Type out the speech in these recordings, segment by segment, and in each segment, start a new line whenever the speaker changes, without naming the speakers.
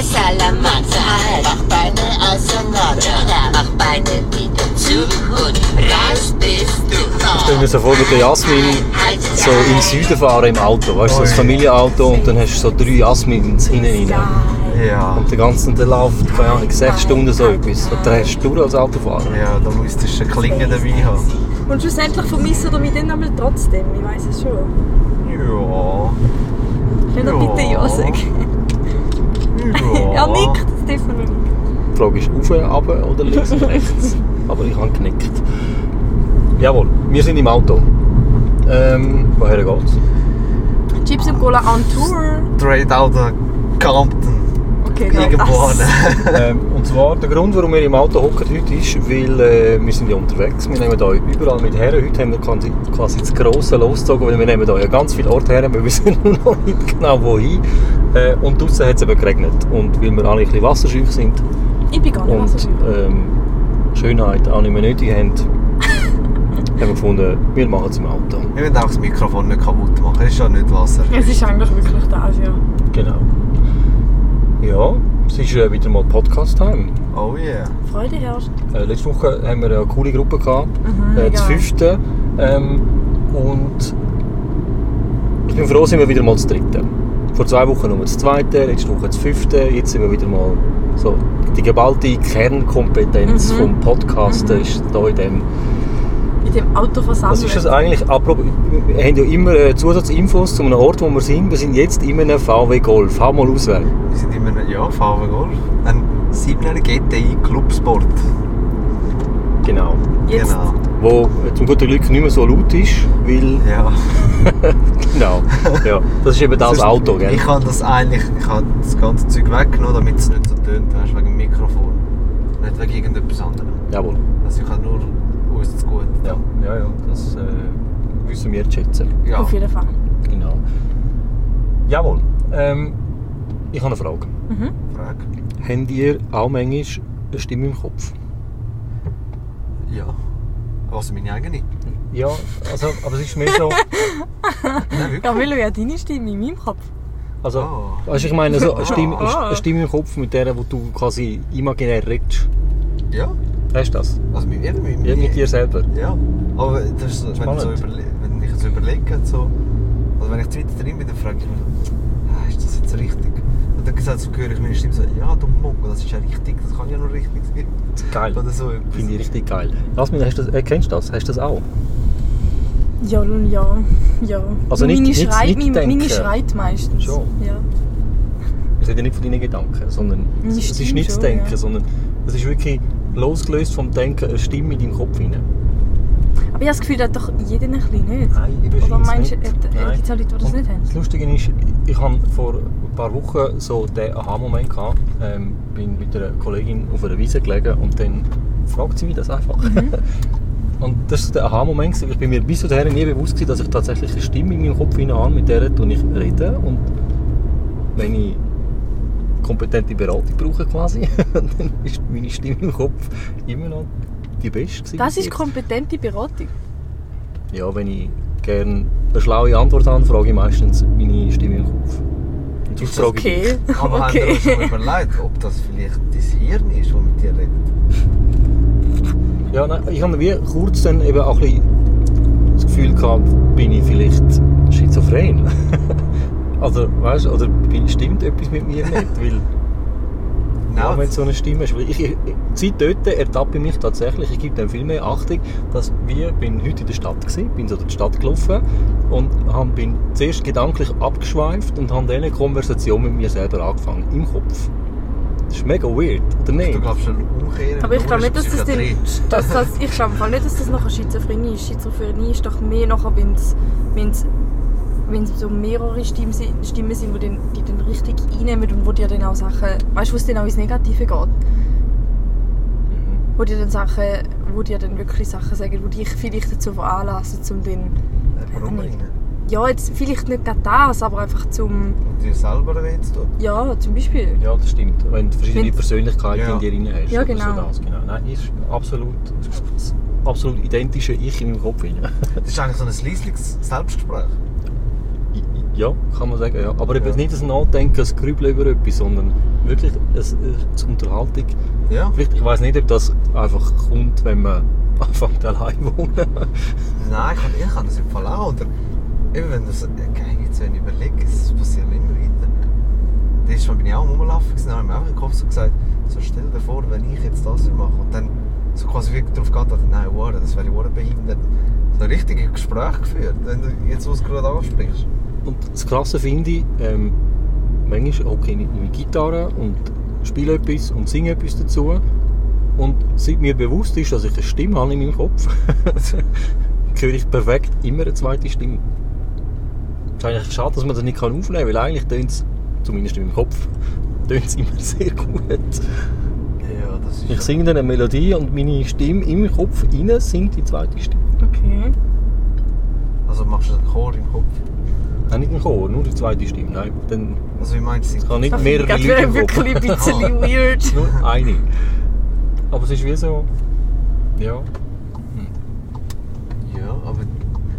Salamatze, mach Beine auseinander, mach Beine wieder zu und raus bist du raus.
Stell mir so vor, mit der Jasmin so in den Süden fahren im Auto, weißt du, so das Familienauto und dann hast du so drei Jasmins hinten rein.
Ja,
Und der ganze der läuft, keine Ahnung, sechs Stunden so etwas. Und dann hast du durch als Autofahrer.
ja, da müsstest du eine Klinge dabei haben.
Und schlussendlich vermisst ihr mich dann aber trotzdem. Ich weiß es schon.
Ja.
Könnt ihr
Ja.
bitte Ja sagen?
Ja.
Er nickt, Stefan er nickt.
Die Frage ist, rauf, runter oder links und rechts. Aber ich habe genickt. Jawohl, wir sind im Auto. Ähm, woher geht's?
Chips und Cola on Tour.
Straight out of Compton.
Okay,
Irgendwo hin.
ähm, und zwar der Grund, warum wir im Auto hocken heute ist, weil äh, wir sind ja unterwegs. Wir nehmen euch überall mit her. Heute haben wir quasi, quasi das grosse losgezogen, weil wir nehmen euch an ganz viele Orte her, wir wissen noch nicht genau wohin. Äh, und draußen hat es eben geregnet. Und weil wir alle ein bisschen wasserschüch sind
Ich bin gar nicht
und
so schön.
ähm, Schönheit auch nicht mehr nötig haben, haben wir gefunden, wir machen es im Auto.
Ich will auch das Mikrofon nicht kaputt machen, es ist ja nicht Wasser.
äh,
Es ist eigentlich wirklich das, ja.
Genau. Ja, es ist äh, wieder mal Podcast-Time.
Oh yeah.
Freude herrscht.
Äh, letzte Woche haben wir eine coole Gruppe gehabt,
Mhm,
äh, das
mega.
fünfte. Ähm, und ich bin froh, sind wir wieder mal das dritte. Vor zwei Wochen nur das zweite, letzte Woche das fünfte, jetzt sind wir wieder mal so. Die geballte Kernkompetenz
Mhm.
vom Podcast
Mhm.
ist da in dem.
In dem Auto versammelt.
Was ist das eigentlich? Apropos, wir haben ja immer äh, Zusatzinfos zu einem Ort, wo wir sind. Wir sind jetzt in einem VW Golf. Hau mal aus, wer?
Wir sind immer noch, ja, VW Golf. Ein 7er GTI Clubsport.
Genau.
Jetzt.
Genau.
Wo äh, zum guten Glück nicht mehr so laut ist, weil
Ja.
Genau. Ja, das ist eben das
Sonst-
Auto, gell?
Ich habe das eigentlich, ich habe das ganze Zeug weggenommen, damit es nicht so tönt, weißt, wegen dem Mikrofon. Nicht wegen irgendetwas anderem.
Jawohl.
Also ich habe nur uns zu gut.
Ja, ja, ja. Das äh, wissen wir zu schätzen.
Ja.
Auf jeden Fall.
Genau. Jawohl. Ähm, ich habe eine Frage.
Frage.
Habt ihr auch manchmal eine Stimme im Kopf?
Ja. Also meine eigene.
Ja, also, aber es ist mehr so.
Nein, wirklich.
Ja, Milo, ja, deine Stimme in meinem Kopf.
Also,
Ah.
weißt, du, ich meine, so eine, Stimme,
Ah.
eine Stimme im Kopf, mit der wo du quasi imaginär redest.
Ja.
Hast du das?
Also mit, eben mit,
Ja, mit dir selber.
Ja, aber das ist, so- wenn, ich so
Spannend.
überle wenn ich so überlege, so, also wenn ich zu weit drin bin, dann frage ich mich, ah, ist das jetzt richtig? Und dann gesagt, so höre ich meine Stimme so, ja, du Mongo, das ist ja richtig, das kann ja nur richtig sein.
Geil.
Oder so etwas.
Finde ich richtig geil. Jasmin, hast du das, äh, kennst du das? Hast du das auch?
Ja, nun ja. ja.
Also
meine
nicht- nicht-
schreit,
nicht
meine, meine
denken.
schreit meistens.
Schon.
Ja.
Es redet nicht von deinen Gedanken, sondern
Das
es, es ist
stimmt
nicht das
schon,
Denken,
ja.
sondern es ist wirklich losgelöst vom Denken eine Stimme in deinem Kopf rein.
Aber ich habe das Gefühl, das hat doch jeder ein bisschen nicht.
Nein,
Oder meinst du, äh, gibt es auch Leute, die das nicht haben?
Das Lustige ist, ich habe vor ein paar Wochen so den Aha-Moment gehabt. Ähm, bin mit einer Kollegin auf einer Wiese gelegen und dann fragt sie mich das einfach.
Mhm.
Und das war der Aha-Moment. gewesen. Ich bin mir bis dahin nie bewusst gewesen, dass ich tatsächlich eine Stimme in meinem Kopf rein habe, mit der tue ich rede. Und wenn ich kompetente Beratung brauche, quasi, dann ist meine Stimme im Kopf immer noch die beste. gewesen
Das
bis
ist
jetzt.
kompetente Beratung.
Ja, wenn ich gerne eine schlaue Antwort habe, frage ich meistens meine Stimme im Kopf. Und sonst frage ich
Okay.
Aber haben wir
okay.
uns schon mal überlegt, ob das vielleicht dein Hirn ist, das mit dir redet?
Ja, nein, ich habe wie kurz dann eben auch ein bisschen das Gefühl gehabt, bin ich vielleicht schizophren. also, weißt du, oder bin- stimmt etwas mit mir nicht? Weil, ja, wenn
das-
du so eine Stimme hast. Weil ich, ich, seit dort ertappe ich mich tatsächlich, ich gebe dem viel mehr Achtung, dass wir, bin heute in der Stadt gewesen, bin so durch die Stadt gelaufen und hab, bin zuerst gedanklich abgeschweift und habe dann eine Konversation mit mir selber angefangen, im Kopf. Das ist mega weird, oder nicht?
du glaubst schon umkehren.
Aber ich glaube nicht, dass das,
Psychiatrie.
den, dass das ich glaube im Fall nicht, dass das nachher Schizophrenie ist. Schizophrenie ist doch mehr nachher, wenn es wenn's, wenn's so mehrere Stimmen sind, Stimmen sind wo den, die dann richtig einnehmen und wo dir dann auch Sachen, weißt du, wo es dann auch ins Negative geht,
Mhm.
wo dir dann Sachen, wo dir dann wirklich Sachen sagen, wo dich vielleicht dazu veranlassen, zum den,
Jemand umbringen.
ja jetzt vielleicht nicht gerade das, aber einfach zum,
Und dir selber weh zu tun.
ja zum Beispiel.
Ja, das stimmt. Wenn du verschiedene
Wenn-
Persönlichkeiten
Ja.
in dir rein hast.
Ja,
oder
genau.
So das, genau. Nein, ist absolut, das absolut identische Ich in meinem Kopf. rein.
Das ist eigentlich so ein leisliches Selbstgespräch.
Ja, kann man sagen, ja. Aber eben
Ja.
nicht ein Nachdenken, ein Grübeln über etwas, sondern wirklich es, es, Unterhaltung.
Ja.
Vielleicht, ich weiß nicht, ob das einfach kommt, wenn man anfängt allein zu wohnen.
Nein, ich kann, ich kann das im Fall auch. Oder eben wenn du so, okay, jetzt wenn ich überlege, es passiert immer weiter. Das war, bin ich auch am Rumlaufen gewesen, dann habe ich mir auch in den Kopf so gesagt, so stell dir vor, wenn ich jetzt das mache. Und dann so quasi wirklich darauf geantwortet, nein, wow, das wäre wow behindert. So richtig ein Gespräch geführt, wenn du jetzt, wo du es gerade ansprichst.
Und das Krasse finde ich, ähm, manchmal hocke ich mit meiner Gitarre und spiele etwas und singe etwas dazu. Und seit mir bewusst ist, dass ich eine Stimme habe in meinem Kopf, höre ich perfekt immer eine zweite Stimme. Es ist eigentlich schade, dass man das nicht kann aufnehmen kann, weil eigentlich tönt es, zumindest in meinem Kopf, tönt's immer sehr gut.
Ja, das ist
Ich singe dann eine Melodie und meine Stimme im Kopf rein singt die zweite Stimme.
Okay.
Also machst du einen Chor im Kopf.
Nein, nicht im Chor, nur die zweite Stimme. Nein, dann
Also wie meinst du?
kann nicht
Das finde ich
mehrere
gerade
Leute
wieder
im Kopf.
wirklich ein bisschen weird.
Nur eine. Aber es ist wie so. Ja.
Ja, aber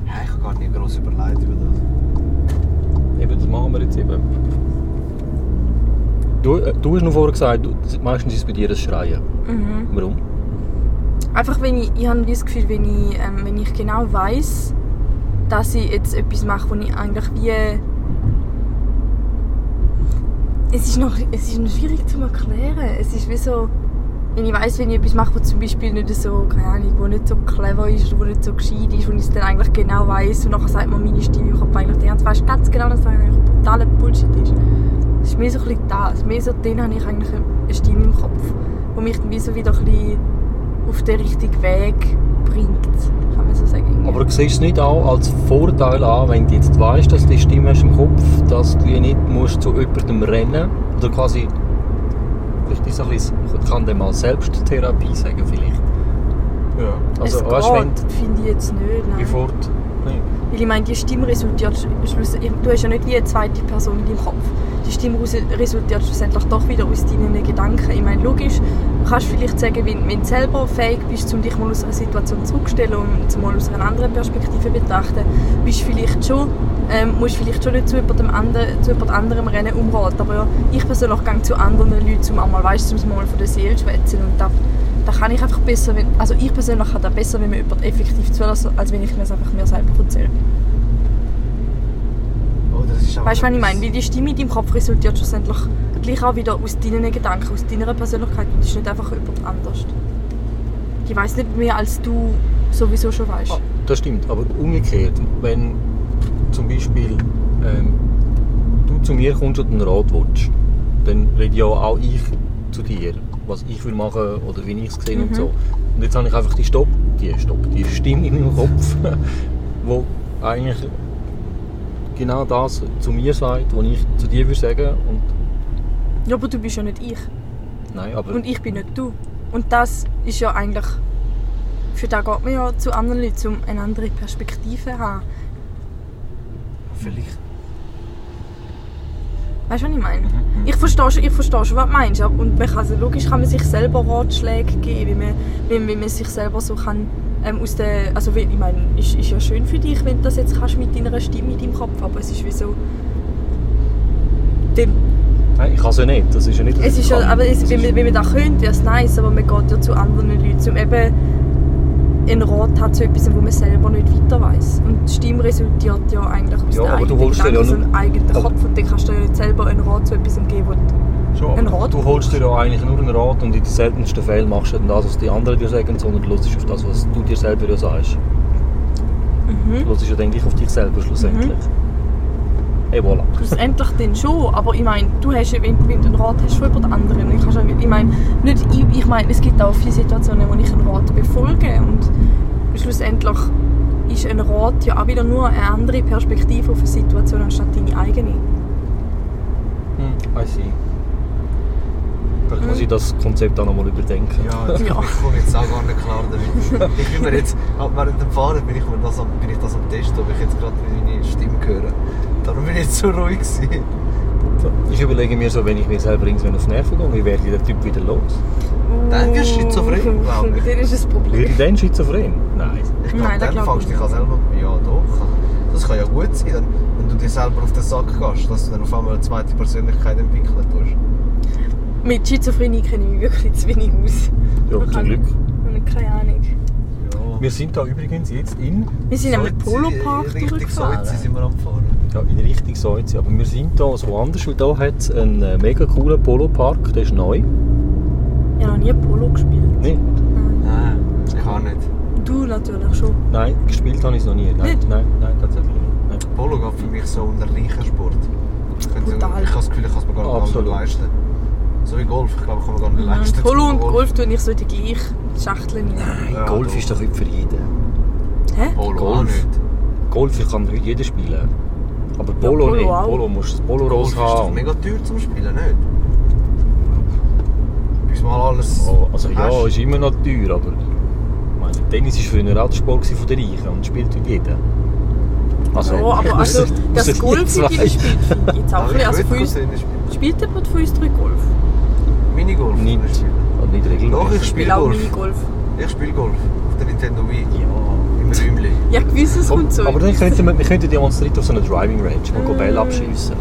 ja, ich habe gar nicht groß überlegt über das.
Eben, das machen wir jetzt eben. Du, äh, du hast noch vorher gesagt, du, meistens ist es bei dir das Schreien.
Mhm.
Warum?
Einfach wenn ich, ich habe das Gefühl, wenn ich, ähm, wenn ich genau weiß, dass ich jetzt etwas mache, wo ich eigentlich wie es ist noch, es ist noch schwierig zu erklären. Es ist wie so, wenn ich weiß, wenn ich etwas mache, wo zum Beispiel nicht so, keine Ahnung, wo nicht so clever ist oder wo nicht so gescheit ist, wo ich es dann eigentlich genau weiß und nachher sagt man meine Stimme im Kopf eigentlich, ja, du weißt ganz genau, dass das eigentlich totaler Bullshit ist. Es ist mehr so ein bisschen das, mehr so dann habe ich eigentlich eine Stimme im Kopf, die mich dann wie so wieder ein bisschen auf den richtigen Weg bringt, kann man so sagen.
Aber du siehst es nicht auch als Vorteil an, wenn du jetzt weißt, dass du die Stimme hast im Kopf, dass du wie nicht musst zu jemandem rennen oder quasi. Vielleicht ist es ein bisschen, ich kann dem mal Selbsttherapie sagen, vielleicht.
Ja.
Also,
es
weißt du, wenn.
geht, finde ich jetzt nicht. Nein.
Bevor du. Nein.
Weil ich meine, die Stimme resultiert sch- schluss- Du hast ja nicht wie eine zweite Person in deinem Kopf. Die Stimme raus- resultiert schlussendlich doch wieder aus deinen Gedanken. Ich meine, logisch, du kannst vielleicht sagen, wenn, wenn du selber fähig bist, um dich mal aus einer Situation zurückzustellen und um mal aus einer anderen Perspektive betrachten, bist du vielleicht schon, ähm, musst du vielleicht schon nicht zu jemand anderem, zu jemand anderem rennen um Rat. Aber ich persönlich gehe zu anderen Leuten, um einmal, weißt du, um es mal von der Seele zu schwätzen. Und da, da kann ich einfach besser, wenn, also ich persönlich kann da besser, wenn mir jemand effektiv zulässt, als wenn ich mir das einfach mir selber erzähle.
Oh, das ist auch
Weißt du, was ich
etwas-
meine? Weil die Stimme in deinem Kopf resultiert schlussendlich gleich auch wieder aus deinen Gedanken, aus deiner Persönlichkeit und ist nicht einfach jemand anders. Die weiß nicht mehr, als du sowieso schon weißt.
Ah, das stimmt, aber umgekehrt, wenn zum Beispiel ähm, du zu mir kommst und einen Rat willst, dann rede ja auch ich zu dir, was ich will machen oder wie ich es sehe
Mhm.
und so. Und jetzt habe ich einfach die Stopp, die Stopp, die Stimme in meinem Kopf, wo eigentlich genau das zu mir sagt, was ich zu dir würde sagen und
Ja, aber du bist ja nicht ich.
nein, aber
Und ich bin nicht du. Und das ist ja eigentlich. Für da geht man ja zu anderen Leuten, um eine andere Perspektive zu haben.
Vielleicht.
Weißt du, was ich
Mhm,
meine? Ich verstehe schon, ich verstehe schon was du meinst. aber- Und man kann, also logisch kann man sich selber Ratschläge geben, wie man, wie, wie man sich selber so kann, ähm, aus der... Also wie, ich meine, ist, ist ja schön für dich, wenn du das jetzt kannst mit deiner Stimme in deinem Kopf, aber es ist wie so... Dem,
nein, ich kann es ja nicht, das ist ja nicht dass
es
ich
ist ja,
kann.
aber es,
Das
wenn,
ist-
man, wenn man das könnte, wäre es nice, aber man geht ja zu anderen Leuten, um eben einen Rat hat zu etwas, wo man selber nicht weiter weiß. Und die Stimme resultiert ja eigentlich aus
Ja,
den
aber du
eigenen
holst dir ja
Gedanken, aus
nur-
dem eigenen
aber-
Kopf und dann kannst du ja nicht selber einen Rat zu etwas geben, wo du
Schon.
Ein Rat.
Du holst dir ja eigentlich nur einen Rat und in den seltensten Fällen machst du dann das, was die anderen dir sagen, sondern du hörst auf das, was du dir selber ja sagst.
Mhm.
Du hörst ja dann gleich auf dich selber schlussendlich.
Mhm.
Hey, voilà.
Schlussendlich dann schon, aber ich meine, du hast ja, wenn, wenn du einen Rat hast von jemand anderen, ich, kannst, ja nicht- ich meine, nicht ich, ich meine, es gibt auch viele Situationen, wo ich einen Rat befolge und schlussendlich ist ein Rat ja auch wieder nur eine andere Perspektive auf eine Situation anstatt deine eigene.
Hm, I see.
Mhm.
Vielleicht muss ich das Konzept auch nochmal überdenken.
Ja, jetzt,
Ja.
ich komme jetzt auch gar nicht klar damit. Ich bin mir jetzt, während dem Fahren bin ich, mir das, am- bin ich das am Testen, ob ich jetzt gerade meine Stimme höre. Darum bin ich jetzt so ruhig gewesen.
Ich überlege mir so, wenn ich mir selber irgendwann auf die Nerven gehe, wie werde ich den Typ wieder los?
Dann wirst du schizophren, glaub ich.
Oh. Dann ist das
Werde
Problem.
ich dann schizophren? Nein.
Ich glaub,
Nein, das
dann
glaub ich
fangst du dich
nicht.
auch selber, ja doch, das kann ja gut sein. Dann, wenn du du dir selber auf den Sack gehst, dass du dann auf einmal eine zweite Persönlichkeit entwickeln tust.
Mit Schizophrenie kenne ich mich wirklich zu wenig aus.
Ja, zum Glück.
Und keine Ahnung.
Ja.
Wir sind da übrigens jetzt in,
Wir sind am Polo-Park
Richtig
durchgefahren.
Sozi sind wir am Fahren.
ja, in Richtung Salz, aber wir sind da so anders, weil da hat es einen äh, mega coolen Polo-Park, der ist neu.
Ich habe noch nie Polo gespielt.
Nicht?
Nein.
Nein, ich kann nicht.
Du natürlich schon.
Nein, gespielt habe ich es noch nie. Nein,
Nicht?
nein, nein, tatsächlich nicht. Nein.
Polo geht für mich so um unter Leichensport. Ich könnte- Ich
Brutal.
habe das Gefühl, ich kann es mir gar nicht
Absolut.
leisten. So wie Golf, ich glaube, ich kann mir gar nicht leisten.
Mhm. Polo und Golf tun ich so in die gleiche Schachtel rein.
Nein,
Ja,
Golf
doch.
ist doch heute für jeden.
Hä?
Polo auch
Golf.
nicht.
Golf kann heute jeder spielen. Aber Polo
Polo
nicht.
auch.
Polo musst du das Polo
Golf
rose
ist doch
haben.
mega teuer zum Spielen, nicht? Bis mal alles.
Oh, also ja,
hast.
ist immer noch teuer, aber ich meine, Tennis war früher auch der Sport von den Reichen und spielt heute jeder. Also,
Ja, aber also,
ausser- ausser
das
die
Golf
zwei.
sind die gespielt, finde ich jetzt auch
Aber
ein bisschen.
ich
Also für
würde
uns,
Tennis spielen.
spielt jemand von uns drei Golf?
Minigolf.
Nicht,
würde ich spielen.
also nicht
Doch, ich
regelmäßig.
Ich auch
spiele Golf.
Minigolf.
Ich spiele Golf. Auf der Nintendo Wii.
Ja.
Im Räumli.
Ja, gewiss, es kommt so.
Aber dann könnten wir, wir könnten die uns direkt auf so eine Driving Range mal mm. Bälle abschiessen.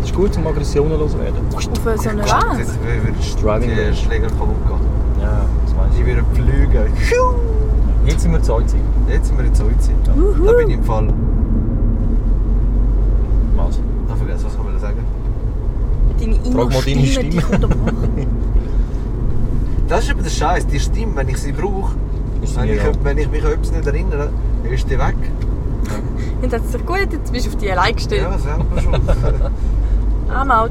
Das ist gut, um Aggressionen loswerden.
Auf so einer
Gott,
Vase.
Jetzt würdest
Driving
die
Range.
Schläger kaputt gehen.
Ja, das weiss
Die würden fliegen.
ich. Jetzt sind wir zu Hause.
Jetzt sind wir in Zeuzi. Da bin ich im Fall.
Was?
Ich habe vergessen, was kann man sagen.
Deine
Frag mal deine
Innerstimme, die
Stimme.
unterbrochen.
Das ist eben der Scheiß. Die Stimme, wenn ich sie brauche,
Ist sie
wenn, ich,
ja.
wenn ich mich an etwas nicht erinnere, dann ist die weg.
Jetzt hat es sich gut, jetzt bist du auf die allein gestellt.
Ja, selber schon.
I'm out.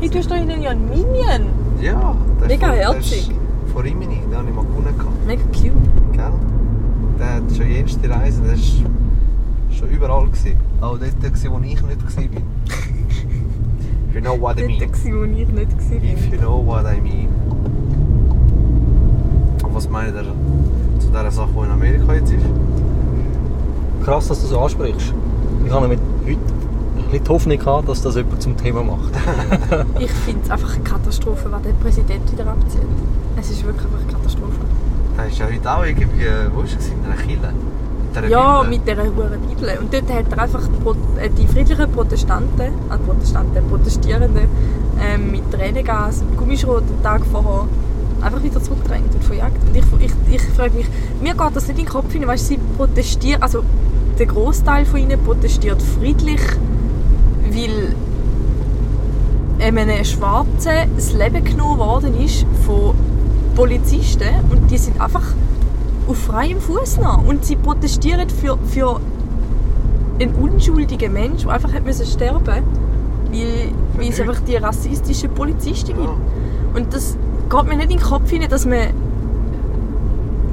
Hey, du hast da hinten ja einen Minion.
ja, das
Mega
ist- das
herzig.
ist Von Rimini, da habe ich mal gewonnen. gehabt,
Mega cute.
Gell? Der hat schon jenste Reise, der ist schon überall. Gewesen. Auch dort, gewesen, wo ich nicht war. If you know what I
Dort
mean.
war, wo ich nicht
If
war.
you know what I mean. Und was meint ihr zu dieser Sache, die in Amerika jetzt ist?
Krass, dass du so ansprichst. Ich habe mit heute ein bisschen die Hoffnung gehabt, dass das jemand zum Thema macht.
Ich finde es einfach eine Katastrophe, was der Präsident wieder abzieht. Es ist wirklich einfach eine Katastrophe.
Da ist ja heute auch irgendwie, äh, wo ist er? gewesen? In einer Kille? Mit einer
Ja,
Bibel.
mit dieser hohen Bibel. Und dort hat er einfach die Pro- äh, die friedlichen Protestanten, äh, Protestanten, Protestierenden, ähm, mit Tränengas und Gummischrot einen Tag vorher einfach wieder zurückgedrängt und verjagt. Und ich, ich, ich frage mich, mir geht das nicht in den Kopf hinein, weißt du, sie protestieren, also der Großteil von ihnen protestiert friedlich, weil ähm, einem Schwarzen das Leben genommen worden ist von Polizisten und die sind einfach auf freiem Fuß nach und sie protestieren für, für einen unschuldigen Mensch, der einfach hat müssen sterben weil,
Für
weil es
nichts.
einfach die rassistische Polizistin gibt.
Ja.
Und das geht mir nicht in den Kopf hinein, dass man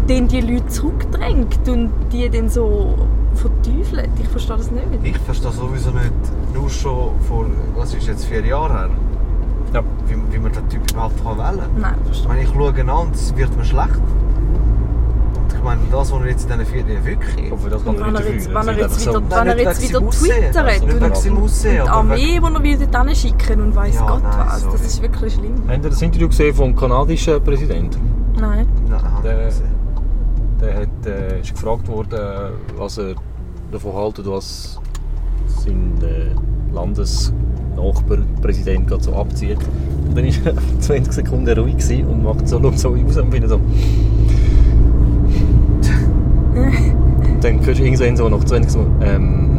dann die Leute zurückdrängt und die dann so verteufelt. Ich verstehe das nicht.
Ich verstehe sowieso nicht, nur schon vor, was ist jetzt, vier Jahren her,
Ja.
wie, wie man den Typ überhaupt kann wählen kann.
Nein,
Ich
verstehe
meine, ich schaue ihn an, es wird mir schlecht. Und ich meine, das, was er jetzt in diesen vier Jahren wirklich...
Hoffe, das kann
Und
man
wenn
nicht
er
dafür.
jetzt-
Das
wenn er
ist einfach so.
jetzt wieder-
Nein,
Wenn er
nicht wegen
jetzt wieder
seinem Aussehen.
twittert
Also Nicht
und-
wegen seinem Aussehen,
Die
aber
Armee, die er will dort hinschicken und weiss
Ja,
Gott
nein,
was.
sorry.
Das ist wirklich schlimm.
Habt ihr das Interview gesehen vom kanadischen Präsidenten?
Nein.
wegen- Nein, habe ich
Der-
nicht gesehen.
Der hat, äh, ist gefragt worden, äh, was er davon hält, was sein äh, Landesnachbarpräsident gerade so abzieht. Und dann war er 20 Sekunden ruhig gewesen und macht so und so aus und bin so... dann hörst du irgendwann so nach 20 Sekunden... Ähm,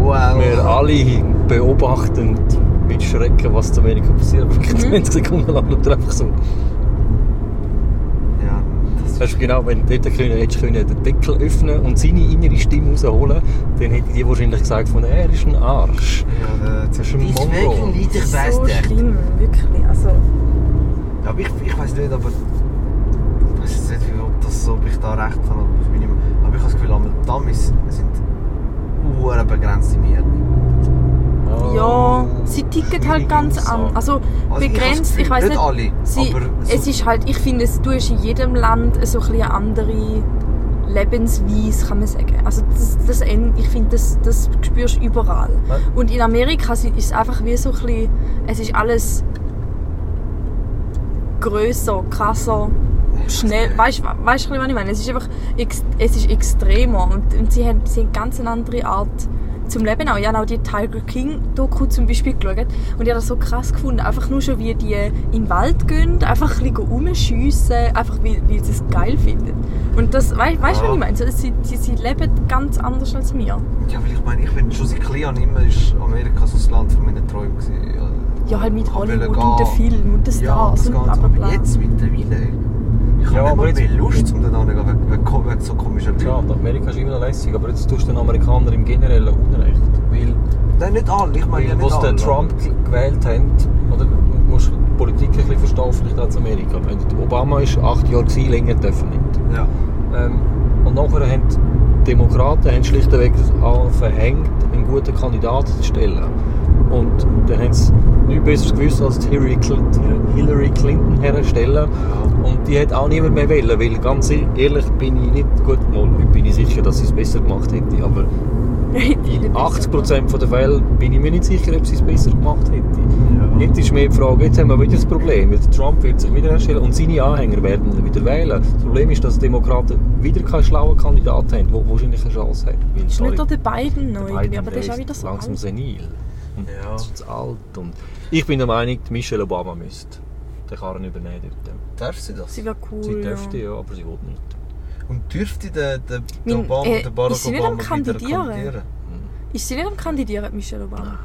Wow.
Wir alle beobachten mit Schrecken, was in Amerika passiert. Wirklich 20 Sekunden lang läuft er einfach so.
Ja, das
Weißt du, genau, wenn du dort können, hättest können den Deckel öffnen und seine innere Stimme rausholen dann hätte die wahrscheinlich gesagt, von, er ist ein Arsch.
ja, äh, das
Das ist ein Mongo.
Deswegen leide ich weiss
so
nicht.
schlimm, wirklich. Also,
Aber ich, ich weiß nicht, aber ich weiß jetzt nicht, wie- ob, das, ob ich da recht habe. oder ob ich nicht- Aber ich habe das Gefühl, am Damis sind uhren begrenzte Also, Medien.
Oh.
ja, sie ticken halt ganz
Schwierige
an. Also
Also ich
begrenzt,
habe das Gefühl,
ich weiß
nicht
nicht.
alle,
sie,
aber
es
so-
ist halt, ich finde, es- du hast in jedem Land so ein bisschen eine andere Lebensweise, kann man sagen. Also das, das, en- ich finde, das, das spürst du überall.
Ja.
Und in Amerika sind- ist es einfach wie so ein bisschen, es ist alles grösser, krasser, schnell. Weißt du, we- weisst du, was ich meine? Es ist einfach ex, es ist extremer. Und, und sie, haben, sie haben ganz eine andere Art zum Leben auch. Ich habe auch die Tiger King-Doku zum Beispiel geschaut. Und ich habe das so krass gefunden. Einfach nur schon, wie die in den Wald gehen, einfach ein bisschen rumschiessen, einfach weil, weil sie es geil finden. Und das, weißt du, was
Ja.
ich meine? So, sie, sie, sie leben ganz anders als wir.
Ja, weil ich meine, ich bin schon seit klein an immer ist Amerika so das Land von meinen Träumen gewesen. Ja,
Ja, halt mit
Ich wollte
Hollywood
gehen.
und den Filmen und den
Ja, das
Stars
Ganze.
und bla bla bla.
Aber jetzt mittlerweile, ey. Ich
Ja,
habe
aber
immer
jetzt-
mehr Lust, um da hinzugehen, wegen, wegen, wegen so komischer Leute.
Ja, Amerika ist immer noch lässig, aber jetzt tust du den Amerikanern im Generellen Unrecht. Weil,
Nein, nicht alle, ich meine ja
weil
nicht
was
alle.
den Trump g- gewählt haben, oder du musst die Politik ein bisschen verstehen, vielleicht auch in Amerika. Wenn der Obama ist acht Jahre gewesen, länger dürfen nicht.
Ja.
Ähm, und nachher haben die Demokraten haben schlichtweg auch verhängt, einen guten Kandidaten zu stellen. Und dann haben sie nichts besseres gewusst, als die Hillary Clinton, Hillary Clinton herzustellen. Und die hat auch niemand mehr wollen, weil ganz ehrlich bin ich nicht gut, mal, heute bin ich sicher, dass sie es besser gemacht hätte, aber in 80% der Fälle bin ich mir nicht sicher, ob sie es besser gemacht hätte.
Ja.
Jetzt ist mehr die Frage, jetzt haben wir wieder das Problem, weil Trump wird sich wieder herstellen und seine Anhänger werden ihn wieder wählen. Das Problem ist, dass die Demokraten wieder keinen schlauen Kandidaten haben, der wahrscheinlich eine Chance hat. Weil,
Ist
sorry,
nicht auch der Biden noch
Biden,
irgendwie, aber der ist auch wieder so
langsam
alt.
senil und
Ja.
zu zu alt. Und ich bin der Meinung, die Michelle Obama müsste den Karren übernehmen dort.
Darf sie das?
Sie wäre cool,
Sie
ja.
dürfte ja, aber sie will nicht.
Und dürfte der, der, der
Mein-
Obama,
äh,
der Barack
ist sie nicht
Obama
am
wieder
Kandidieren?
kandidieren?
Ist sie nicht am Kandidieren, Michelle Obama?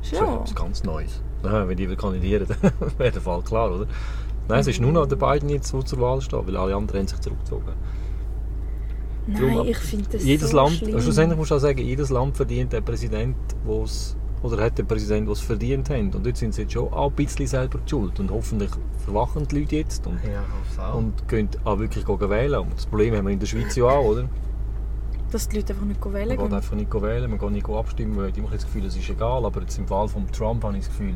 Das
Schon.
wäre etwas ganz Neues. Ja, wenn die will kandidieren, dann wäre der Fall klar, oder? Nein, es ist nur noch der beiden jetzt, die zur Wahl stehen, weil alle anderen haben sich zurückgezogen.
Nein,
Darum-
ich finde das
jedes
so
Land, Also
schlimm.
schlussendlich musst du auch sagen, jedes Land verdient den Präsident, wo's, oder hat den Präsident, den es verdient haben. Und dort sind sie jetzt schon auch ein bisschen selber die schuld. Und hoffentlich verwachen die Leute jetzt und,
Ja, aufs Auge.
und können auch wirklich gehen wählen. Und das Problem haben wir in der Schweiz ja auch, oder?
Dass die Leute einfach nicht
Man
wählen
geht
gehen.
einfach nicht wählen, man geht nicht abstimmen. Man hat immer ein bisschen das Gefühl, es ist egal. Aber jetzt im Fall von Trump habe ich das Gefühl,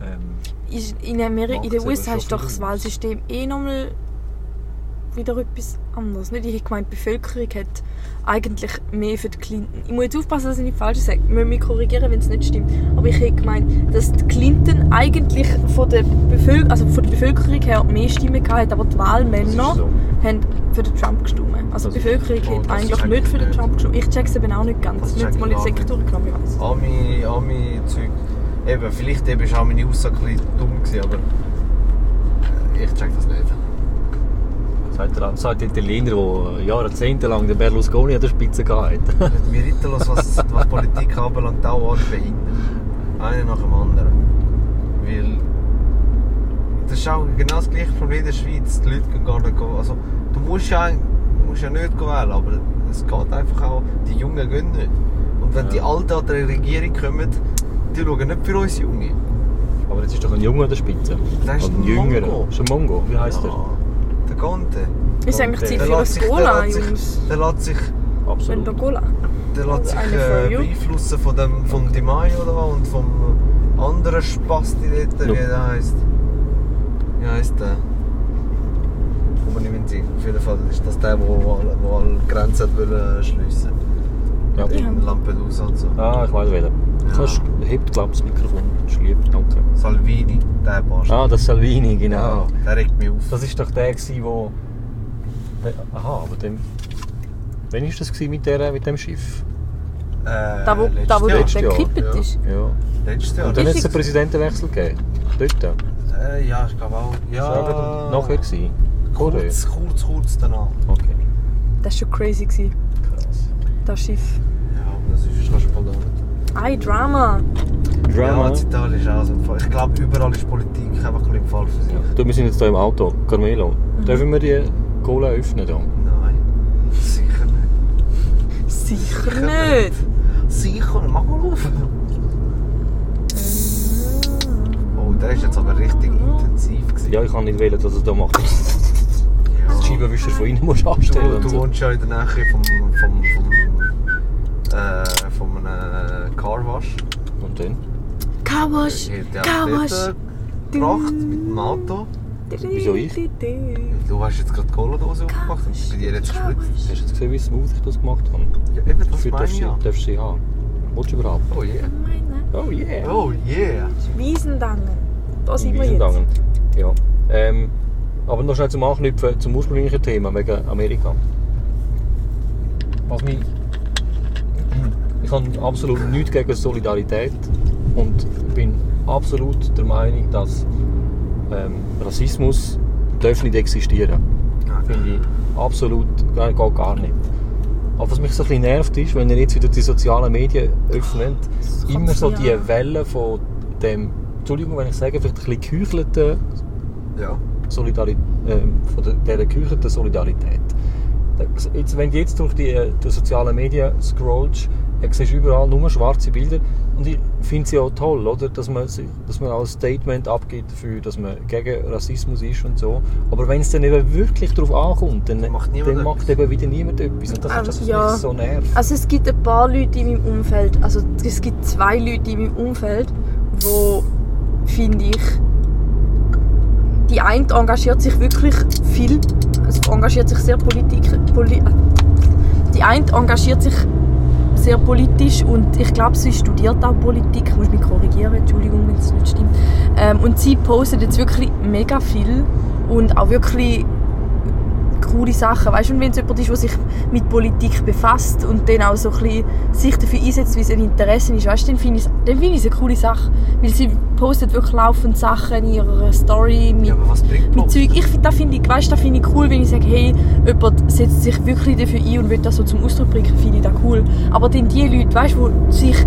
ähm,
Ist- In, Ameri- in
Macht
den
sie
USA
aber
ist
schon
doch das
viel
Wahlsystem eh nochmal wieder etwas anderes. Nicht? Ich hätte gemeint, die Bevölkerung hat eigentlich mehr für die Clinton. Ich muss jetzt aufpassen, dass ich nicht falsch sage. Ich muss mich korrigieren, wenn es nicht stimmt. Aber ich hätte gemeint, dass die Clinton eigentlich von der, Bevöl also von der Bevölkerung her mehr Stimmen gehabt hat, aber die
das ist
Wahlmänner
so.
haben für den Trump gestimmt. Also die
Das-
Bevölkerung
oh,
hat
das
eigentlich
check ich
nicht für den
nicht.
Trump gestimmt. Ich check's eben auch nicht ganz.
Das
Ich habe
check
mal in
ich
die
auch nicht.
Sektor genommen, ich weiss.
Ami, Ami Zeug. Eben, vielleicht eben ist auch meine Aussage ein bisschen dumm gewesen, aber äh, ich check das nicht.
Sagt der, sagt der Italiener, der jahrzehntelang den Berlusconi an der Spitze hatte.
Mit mir Italos, was, was Politik anbelangt, auch alle behindern. Einer nach dem anderen. Weil das ist auch genau das gleiche Problem in der Schweiz. Die Leute gehen gar nicht. go- Also, du musst ja, musst ja nicht go wählen, aber es geht einfach auch, die Jungen gehen nicht. Und wenn
Ja.
die Alten an die Regierung kommen, die schauen nicht für uns Junge.
Aber jetzt ist doch ein Junge an der Spitze.
Das ist
Oder ein
ein
Jüngerer.
Mongo.
Ist ein Mongo, wie heisst
Ja, Der Conte.
Ist eigentlich
Und, äh,
Zeit
Der
für
lässt
das
sich, der
Cola,
lässt
Jungs.
sich, der lässt sich,
er?
Wenn wir
Absolut.
Cola.
der lässt sich
Eine for
äh,
you.
beeinflussen von dem, vom Di Maio da und vom anderen Spasti dort,
Ja.
wie der heisst. Wie heisst der? Kommt mir nicht mehr in den Sinn. Auf jeden Fall ist das der, der alle, wo alle Grenzen hat wollen äh, schliessen
Ja.
In Lampedusa und so.
Ah, ich weiß welcher. Kannst, hebt, glaub ich, das Mikrofon. Ist lieb, danke.
Salvini, der Bastard.
Ah, das ist Salvini, genau.
Der regt mich auf.
Das ist doch der, gewesen, wo... der- Aha, aber dem... Wann war das gewesen mit, der, mit dem Schiff?
Äh,
Da, wo,
letztes
da, wo
Jahr.
dort
letztes Jahr,
gekippt
ja.
ist.
Ja.
Letztes Jahr.
Und dann hat es
Richtig.
einen Präsidentenwechsel gegeben. Dort.
Äh, ja, ich glaube auch.
Das war
Ja,
aber nachher. gewesen. Korea.
kurz, kurz, kurz danach.
Okay.
Das war schon crazy, gewesen,
Krass.
das Schiff.
Ja, aber das ist kannst du voll damit.
Ei, Drama.
Ja, in Italien ist auch so ein Fall. Ich glaube, überall ist Politik einfach ein bisschen im Fall für sich.
Du, wir sind jetzt hier im Auto. Carmelo, dürfen wir die Cola öffnen? Da?
Nein, sicher nicht.
Sicher nicht.
Sicher, mach mal auf. Oh, der ist jetzt aber richtig intensiv. Gewesen.
Ja, ich kann nicht wählen, dass es da macht.
Ja.
Die Scheibenwischer von innen musst du anstellen.
Du,
und
du
so.
wohnst ja in der Nähe vom, vom, vom, äh, vom äh, Carwash.
Und dann?
Kawash.
Ich hätte auch
Kawash.
dort, äh, gebracht mit dem Auto.
Wieso ich?
Du hast jetzt gerade die Cola-Dose aufgemacht und bei dir jetzt gespritzt.
Hast du jetzt gesehen, wie smooth ich das gemacht habe?
Ja, eben, das
Dafür
meine
darfst
ich
du
ja.
darfst du sie haben. Willst du überhaupt?
Oh yeah.
Oh yeah!
Oh yeah.
Wiesendangen. Da sind wir jetzt.
Wiesendangen. Ja. Ähm, Aber noch schnell zum Anknüpfen zum ursprünglichen Thema wegen Amerika. Was mich. Ich habe absolut nichts gegen Solidarität und bin absolut der Meinung, dass ähm, Rassismus darf nicht existieren Finde ich absolut, nein, geht gar nicht. Aber was mich so ein bisschen nervt ist, wenn ihr jetzt wieder die sozialen Medien öffnet,
Das
immer so
kotzt
die
mich an.
Welle von dem, Entschuldigung, wenn ich sage, vielleicht ein bisschen geheuchelten
Ja.
Solidarität, ähm, von der- dieser geheuchelten Solidarität. Das- Jetzt, wenn du jetzt durch die, äh, die sozialen Medien scrollst, dann siehst du überall nur schwarze Bilder. Und ich finde sie auch toll, oder? Dass, man sich, dass man auch ein Statement abgibt dafür, dass man gegen Rassismus ist und so. Aber wenn es dann eben wirklich darauf ankommt, dann,
Dann macht niemand
dann macht
etwas.
eben wieder niemand etwas. Und das
Ähm,
ist das, was
ja.
mich so nervt.
Also es gibt ein paar Leute in meinem Umfeld, also es gibt zwei Leute in meinem Umfeld, wo finde ich, die eine engagiert sich wirklich viel, also engagiert sich sehr politik, poli, die eine engagiert sich sehr politisch und ich glaube, sie studiert auch Politik, ich muss mich korrigieren, Entschuldigung, wenn es nicht stimmt. Ähm, und sie postet jetzt wirklich mega viel und auch wirklich coole Sachen. Weißt du, und wenn es jemand ist, der sich mit Politik befasst und dann auch so ein bisschen sich dafür einsetzt, wie es ein Interesse ist, weißt du, dann finde ich es dann finde ich es eine coole Sache. Weil sie postet wirklich laufend Sachen in ihrer Story mit
ja, aber was bringt
mit
bloß?
Zeug. Ich finde, das finde ich, weißt, das finde ich cool, wenn ich sage, hey, jemand setzt sich wirklich dafür ein und will das so zum Ausdruck bringen, finde ich das cool. Aber dann die Leute, weißt, die sich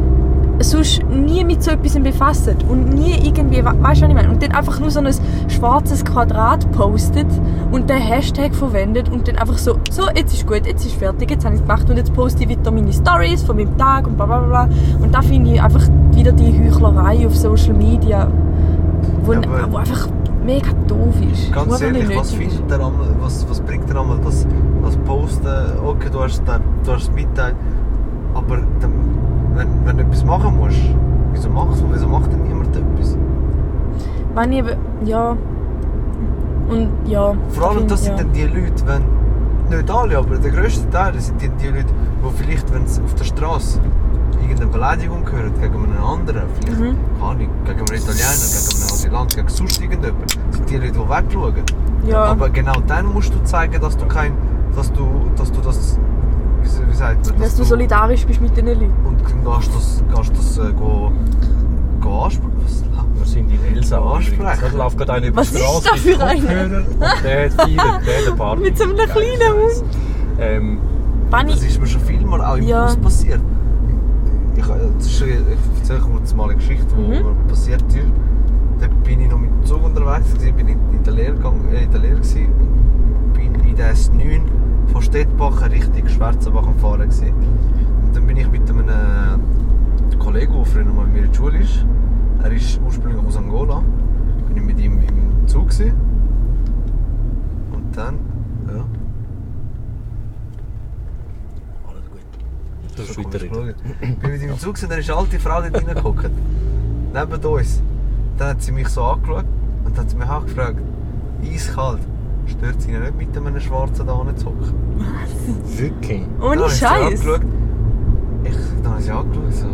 sonst nie mit so etwas befassen und nie irgendwie, we- weißt du, was ich meine? Und dann einfach nur so ein schwarzes Quadrat postet und den Hashtag verwendet und dann einfach so, so, jetzt ist gut, jetzt ist fertig, jetzt habe ich es gemacht und jetzt poste ich wieder meine Stories von meinem Tag und bla bla bla. bla. Und da finde ich einfach wieder die Heuchlerei auf Social Media, wo,
Ja, aber-
wo einfach mega doof ist. Wo
Ganz
einfach
ehrlich, was,
nötig ist.
findet er einmal, was, was bringt er einmal das, das Posten? Okay, du hast, da- du hast es mitteilt, aber dann, wenn, wenn du etwas machen musst, wieso machst du? Wieso macht denn niemand etwas?
Wenn ich, eben- ja. Und ja.
Vor allem,
find-
das
ja.
sind dann die Leute, wenn, nicht alle, aber der grösste Teil das sind die, die Leute, die vielleicht, wenn sie auf der Straße irgendeine Beleidigung hören gegen einen anderen, vielleicht,
Mhm.
keine Ahnung, gegen einen Italiener, gegen einen Asylant, gegen sonst irgendjemanden, sind die Leute, die wegschauen.
Ja.
Aber genau dann musst du zeigen, dass du kein, dass du, dass du das, wie, wie sagt man,
Dass du solidarisch bist mit diesen Leuten.
und dann gehst das, gehst das äh, go, go ansprechen. Was
Wir sind in Elsa
Ansprechen.
übrigens. Da läuft gerade einer über die
Was ist
Straße
da für
mit Kopfhörer und der hat Feier, der hat eine Party.
Mit so einem
Geil,
kleinen
nice. Ähm,
Wenn
Das
ich,
ist mir schon vielmal auch im
Ja.
Bus passiert. Ich, äh, das ist, äh, ich erzähle kurz mal eine Geschichte, die
Mhm.
mir passiert ist. Da bin ich noch mit dem Zug unterwegs, gewesen, bin in, in der Lehre, gegangen- äh, in der Lehre gewesen, und bin in der S9 von Stettbach Richtung Schwarzenbach am Fahren. Gewesen. Und dann bin ich mit einem äh, Kollegen, der früher noch mal mit mir in der Schule ist, er ist ursprünglich aus Angola, bin ich mit ihm im Zug gewesen. Und dann, ja. Alles gut.
das ist
So
weiter
komisch
reden.
geschaut. Bin mit ihm im Zug und dann ist eine alte Frau dort reingeguckt. Neben uns. Dann hat sie mich so angeschaut und hat sie mich auch gefragt, eiskalt, stört sie Ihnen nicht mit einem Schwarzen da hinten zu hocken?
Wirklich?
Dann
ohne
habe ich sie
Scheiß.
angeschaut. Ich, dann habe ich sie angeschaut. So.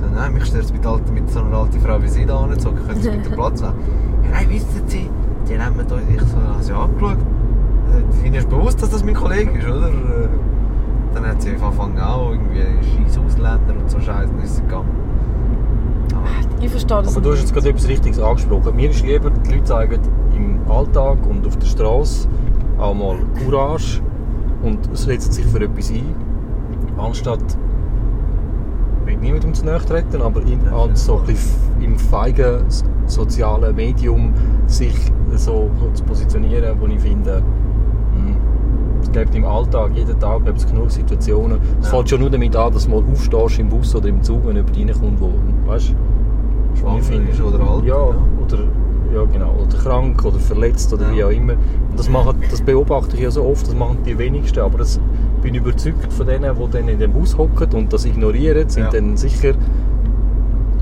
So, nein, mich stört es mit, alten- mit so einer alten Frau wie sie da hinten zu hocken. Können Sie bitte Platz haben? Ja, nein, wissen Sie, die nehmen da. Ich so, dann habe ich sie angeschaut. Äh, Ihnen ist bewusst, dass das mein Kollege ist, oder? Äh, Dann hat sie angefangen auch irgendwie scheiß Ausländer und so Scheiße, dann ist sie gegangen. Aber
Ich verstehe Genau, das
Aber du hast jetzt
nicht.
gerade etwas Richtiges angesprochen. Mir ist lieber, die Leute zeigen im Alltag und auf der Straße auch mal Courage und setzen sich für etwas ein, anstatt ich will niemandem zu nahe treten, aber in, an so ein bisschen im feigen s- sozialen Medium sich so zu positionieren, wo ich finde, hm, es gibt im Alltag, jeden Tag gibt es genug Situationen. Es
Ja.
fällt schon nur damit an, dass du mal aufstehst im Bus oder im Zug, wenn jemand reinkommt, wo, weißt,
Schwanger
ich finde-
ist oder alt.
Ja,
ja.
oder, ja genau, oder krank oder verletzt oder
Ja.
wie auch immer. Und das, machen, das beobachte ich ja so oft, das machen die wenigsten, aber das bin ich überzeugt von denen, die dann in dem Haus hocken und das ignorieren, sind
Ja.
dann sicher,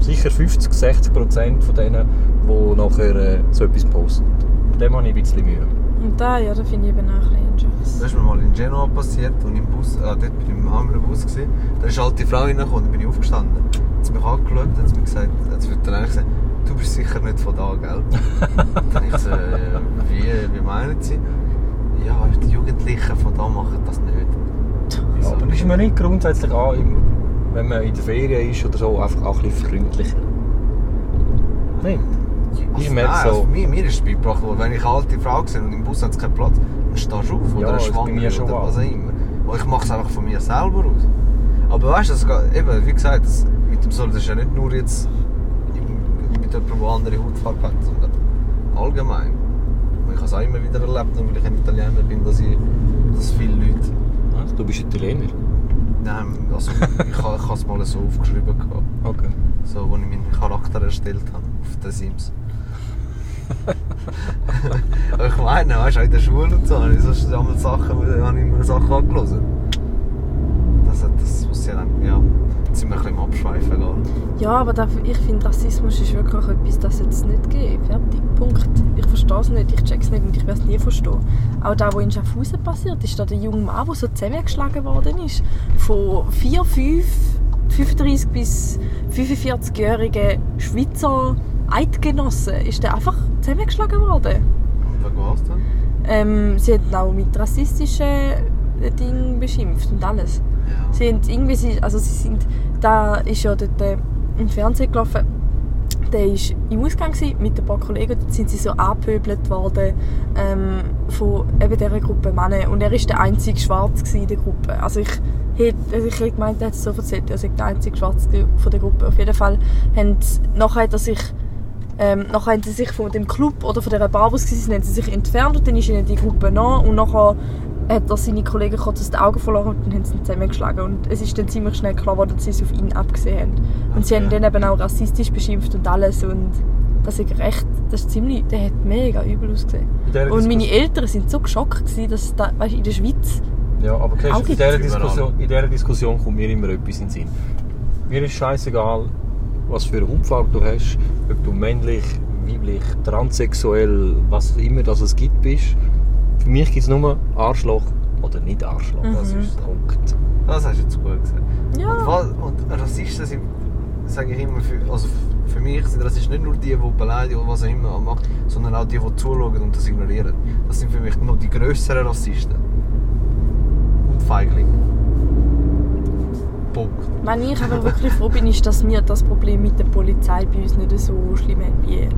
sicher 50, 60 Prozent von denen, die nachher äh, so etwas posten. Mit dem habe ich ein bisschen Mühe.
Und da, ja, da finde ich eben auch ein bisschen
Das
Scheiß.
ist mir mal in Genoa passiert und im Bus, ah, dort bin ich im anderen Bus gewesen. Da ist eine alte Frau reingekommen, da bin ich aufgestanden. Hat sie mich angeschaut, hat sie mir gesagt, hat sie mir dann gesagt, du bist ist sicher nicht von da, gell? Dann ich so, äh, wie, wie meinen Sie? Ja, die Jugendlichen von da machen das nicht. Ich
Ja,
so,
aber ist man nicht grundsätzlich auch, im- wenn man in der Ferien ist oder so, einfach auch ein bisschen freundlicher? Nein.
Also,
Ich merke
nein,
so.
also mir, mir ist es beigebracht worden, wenn ich eine alte Frau sehe und im Bus hat es keinen Platz, dann stehst du auf
Ja,
oder eine
ist bei
Schwangere
mir
oder
schon wahr.
was auch immer. Und ich mache es einfach von mir selber aus. Aber weißt du, das geht- eben, wie gesagt, das, mit dem Soll das ist ja nicht nur jetzt im- mit jemandem, der eine andere Hautfarbe hat, sondern allgemein. Und ich habe es auch immer wieder erlebt, nur weil ich ein Italiener bin, dass, ich, dass viele Leute...
Was? Du bist Italiener.
Nein, also ich, ha- ich habe es mal so aufgeschrieben, gehabt,
Okay.
so, als ich meinen Charakter erstellt habe auf den Sims. Aber ich meine, weißt du, auch in der Schule und so, habe ich sonst einmal Sachen, habe ich immer Sachen angelassen. Das, hat- das muss ja dann, ja, jetzt sind wir ein bisschen am Abschweifen gehen.
Ja, aber da, ich finde, Rassismus ist wirklich etwas, das jetzt nicht gibt. Fertig. Punkt. Ich verstehe es nicht, ich check's nicht und ich werde es nie verstehen. Auch da, wo in Schaffhausen passiert ist, da der junge Mann, der so zusammengeschlagen worden ist, von 4, 5, 35 bis 45-jährigen Schweizer Eidgenossen, ist der einfach zusammengeschlagen worden.
Und wegen was denn?
Ähm, sie haben ihn auch mit rassistischen äh, Dingen beschimpft und alles.
Ja.
Sie sind irgendwie, sie- also sie sind, da ist ja dort äh, im Fernsehen gelaufen, der ist im Ausgang gewesen, mit ein paar Kollegen, dort sind sie so angepöbelt worden ähm, von eben dieser Gruppe Männer und er ist der einzige Schwarz gewesen in der Gruppe. Also ich hätte, also ich hätte gemeint, er hätte es so erzählt, er sei der einzige Schwarz gewesen von der Gruppe. Auf jeden Fall haben sie, nachher hat er sich ähm, nachher haben sie sich von dem Club oder von dieser Bar, wo sie waren, haben sie sich entfernt und dann ist ihnen die Gruppe nach und nachher hat er seine Kollegen kurz aus den Augen verloren und dann haben sie ihn zusammengeschlagen. Und es ist dann ziemlich schnell klar geworden, dass sie es auf ihn abgesehen haben. Und sie haben
Okay.
ihn dann eben auch rassistisch beschimpft und alles und das ist recht, das ist ziemlich, der hat mega übel ausgesehen.
In dieser
Und meine
Diskussion-
Eltern sind so geschockt gewesen, dass es da, weißt, in der Schweiz
Ja, aber
Auch
kennst, du, in,
gibt's
dieser
überall.
Diskussion, in dieser Diskussion kommt mir immer etwas in den Sinn. Mir ist scheißegal, was für eine Hautfarbe du hast, ob du männlich, weiblich, transsexuell, was immer das es gibt bist. Für mich gibt es nur Arschloch oder nicht Arschloch.
Das
Mhm.
ist so.
Punkt.
Das hast du jetzt gut gesagt.
Ja.
Und, was, und Rassisten sind, sage ich immer, für, also f- für mich sind Rassisten nicht nur die, die beleidigen oder was auch immer machen, sondern auch die, die zuschauen und das ignorieren. Das sind für mich noch die grösseren Rassisten. Und Feiglinge. Punkt.
Wenn ich aber wirklich froh bin, ist, dass wir das Problem mit der Polizei bei uns nicht so schlimm haben wie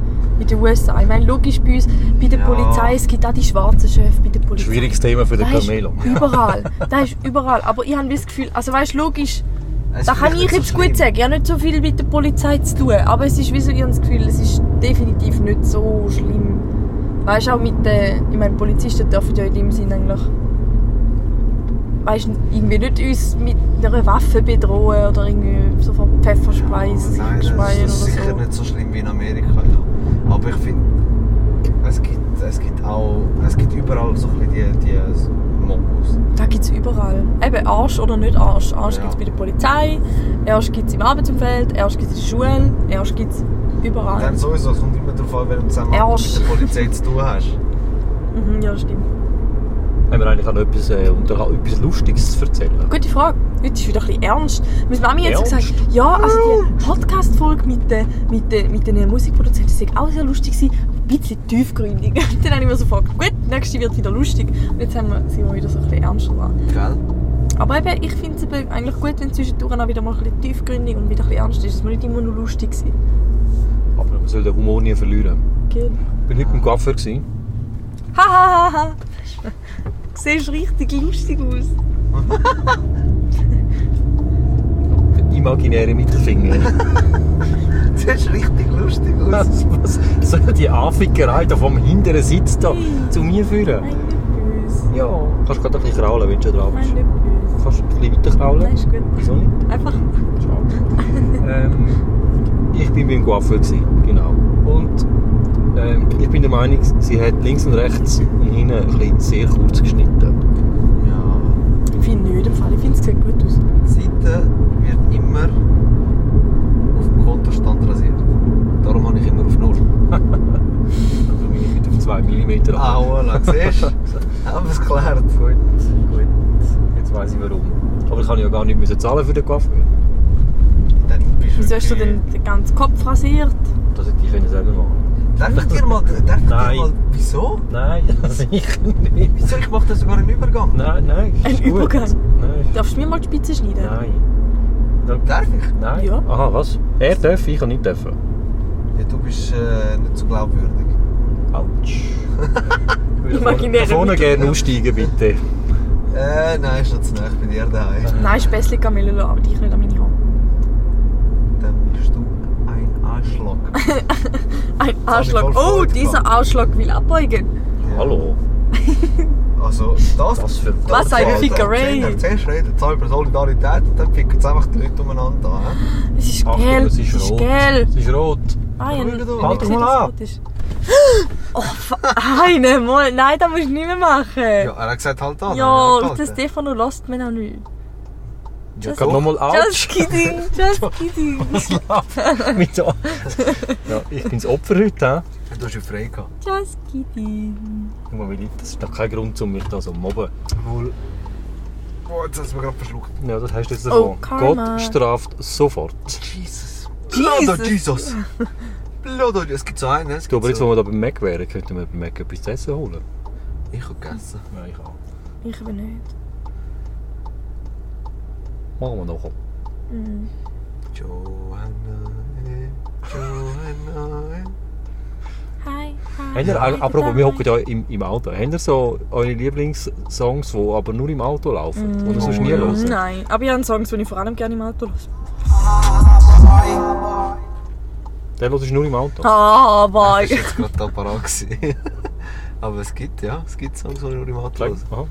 in den USA. Ich meine, logisch bei uns, bei der
Ja.
Polizei, es gibt auch die schwarzen Chefs bei der Polizei.
Schwieriges Thema für den
Das ist
Carmelo.
Überall. Das ist überall. Aber ich habe das Gefühl, also weißt, logisch,
Es
da
ist
kann
vielleicht
ich
nicht
jetzt
so schlimm.
gut sagen. Ich habe nicht so viel mit der Polizei zu tun. Aber es ist wie so, ich habe das Gefühl, es ist definitiv nicht so schlimm. Weißt auch mit den. Ich meine, Polizisten dürfen ja in dem Sinn eigentlich. Weißt irgendwie nicht uns mit einer Waffe bedrohen oder irgendwie so von Pfefferspeisen
Nein, das,
speien oder
das ist sicher
so.
nicht so schlimm wie in Amerika. Ja. Aber ich finde, es gibt, es gibt auch, es gibt überall so ein bisschen die, die Mobs.
Da gibt es überall. Eben Arsch oder nicht Arsch. Arsch
Ja.
gibt es bei der Polizei, Arsch gibt es im Arbeitsumfeld, Arsch gibt es in der Schule, Arsch gibt es überall.
Dann sowieso, es kommt immer darauf an, wer im Zusammenhang
Ärsch.
mit der Polizei zu tun hast.
Mhm, ja, stimmt.
Haben wir eigentlich auch noch etwas, äh, und auch etwas Lustiges zu erzählen?
Gute Frage. Heute ist wieder ein bisschen ernst. Meine Mami hat so
Ernst?
gesagt, ja, also die Podcast-Folge mit den, mit den, mit den Musikproduzenten das sei auch sehr lustig gewesen, aber ein bisschen tiefgründig. Und dann habe ich mir so gefragt, gut, die nächste wird wieder lustig. Und jetzt haben wir, sind wir wieder so ein bisschen ernster dran.
Gell?
Aber eben, ich finde es eben eigentlich gut, wenn zwischendurch auch wieder mal ein bisschen tiefgründig und wieder ein bisschen ernst ist, dass wir nicht immer nur lustig sind.
Aber man soll den Humor nie verlieren.
Genau.
Ich war heute beim Coiffeur. gewesen.
Hahaha! Du siehst richtig lustig aus.
Der imaginäre Mittelfinger.
Das sieht richtig lustig aus.
Was, was soll die Anfickerei da vom hinteren Sitz da zu mir führen?
Nein, nicht böse.
Ja. Kannst du gerade ein bisschen kraulen, wenn du schon drauf
Nein,
bist?
nicht böse.
Kannst du ein bisschen weiter kraulen?
Nein, ist gut.
Wieso nicht?
Einfach.
Schade. ähm, ich bin beim Coiffeur, gewesen, genau. Und ähm, ich bin der Meinung, sie hat links und rechts und hinten ein bisschen sehr kurz geschnitten.
Ja,
Ich finde nicht im Fall. Ich finde es sieht gut aus.
die Seite wird immer auf dem Konterstand rasiert. Darum habe ich immer auf Null.
Also bin ich mit auf 2 mm
Ah, voilà, siehst du? Haben wir es geklärt.
Gut, gut. Jetzt weiss ich warum. Aber ich kann ja gar nicht müssen zahlen für den Coiffeur.
Dann bist
Wieso hast du
wirklich-
denn den ganzen Kopf rasiert?
Das hätte ich können selber
Denkt ihr mal, denkt
Nein.
ihr mal, wieso?
Nein, sicher nicht.
Wieso? Ich mache da sogar einen Übergang.
Nein, nein. ist
Ein
gut.
Übergang.
Nein, ist-
Darfst du mir mal die Spitze schneiden?
nein.
Darf ich?
Nein.
Ja.
Aha, was? Er darf, ich kann nicht dürfen.
Ja, du bist äh, nicht so glaubwürdig.
Autsch. Ich
Imaginäre
vorne
Mitte.
gerne aussteigen, bitte.
Äh, nein, ist noch zu nah, ich bin eher daheim.
Nein, Späßchen kann mir lassen, aber dich nicht an meine Hand.
Dann bist du ein Arschloch.
Ein
hab ich
Anschlag.
voll
Oh,
Freude
dieser Anschlag will abbeugen.
Ja.
Hallo.
Also, das...
Was für ein
Was ein
Alter,
Fickerei.
Kinder, Zuerst reden sie über Solidarität und dann ficken sie einfach die Leute umeinander an. hä?
Es ist
Achtung,
gelb.
es ist rot.
gelb.
Es ist rot.
Nein,
Schau
ich
doch.
hab
Halt
nicht
doch
gesehen,
mal
dass es
an.
rot ist. Oh, fuck. Nein, mal. Nein, das musst du nicht
Ja,
mehr machen.
er hat gesagt, halt an.
Ja,
er hat
das
gehalten.
Stefano lässt mir noch nicht.
Ja,
Just-
geht nochmal
Just
Autsch.
kidding, just kidding,
Mit so- ja, ich bin das Opfer heute. hä?
Du hast ja frei gehabt.
just kidding.
Nur weil ich- Das ist doch kein Grund, um mich da so zu mobben.
Wohl. Boah, jetzt hast du mich gerade verschluckt.
Ja, das hast du jetzt
Oh,
davon.
Karma.
Gott straft sofort.
Jesus.
Jesus.
Blood Jesus. Blood of- Es gibt so einen, ne? es
Du,
gibt
aber jetzt, wo
so...
wir da beim Mac wären, könnten wir beim Mac etwas zu essen holen.
Ich habe gegessen.
Nein, ich auch.
Ich bin nicht.
Machen wir noch.
Mhm.
Johanna, eh, Johanna, eh.
Hi, hi.
Habt ihr,
hi,
apropos,
hi.
wir hocken ja im, im Auto. Habt ihr so eure Lieblingssongs, die aber nur im Auto laufen?
Mm.
Oder sonst nie
Oh, ja.
hören?
Nein, aber ich habe Songs, die ich vor allem gerne im Auto höre.
Den hörst du nur im Auto.
Ah, boah.
Das war jetzt gerade da parat. gewesen. Aber es gibt, ja, es gibt Songs, die ich nur im Auto höre.
Vielleicht- Aha.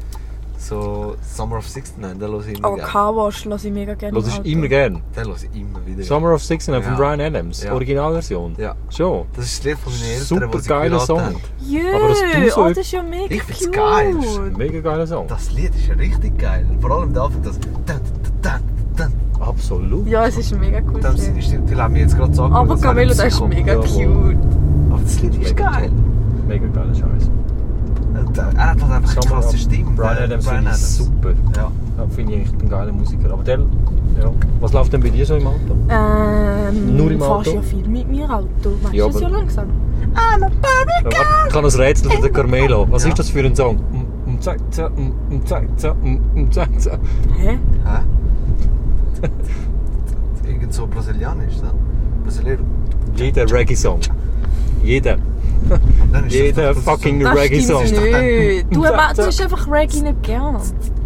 So Summer of 69, den höre ich immer
Aber
gerne.
Carwash höre ich mega gerne
Hörst
im
du immer gern.
Den höre ich immer wieder.
Summer of 69 von
Ja.
Brian Adams.
Ja.
Originalversion.
Ja.
Schon.
Das ist das Lied von meinen Eltern, wo sie
Supergeiler
geheiratet
Song.
haben.
Jö,
Aber dass du so
oh,
etwas-
das ist ja mega
Ich find's
cute.
geil, das ist-
Mega geiler Song.
Das Lied ist richtig geil. Vor allem dafür, dass...
Absolut.
Ja, es ist mega cool.
Dann sind die Stimme, haben wir jetzt gerade gesagt.
Aber Camelo, das ist mega
Jawohl.
cute.
Aber das Lied ist
Mega
geil.
top. Mega geiler Scheiß.
Und, äh, Er hat halt einfach eine
Summer
krasse
of-
Stimme.
Brian
der
Adams
Bryan
finde ich super.
Ja.
Ja, finde ich echt ein geiler Musiker. Aber der, ja. Was läuft denn bei dir so im Auto?
Ähm,
Nur im Auto?
Fährst ja viel mit mir Auto. Weißt
Ja,
du es ja
aber-
langsam.
Ja, warte, ich kann ein Rätsel von der Carmelo. Was
Ja.
ist das für ein Song? Mm, mm, zack, zack, mm, mm, zack, zack, mm, mm, zack, zack.
Hä?
Hä? Irgend so brasilianisch, ne? Brasilier.
Jeder Reggae-Song. Jeder.
Dann ist das
Jeder
doch- das
fucking
So,
Das
Reggae-Song.
stimmt nicht. Du,
Zack,
aber, du
zack.
hast einfach Reggae nicht gern.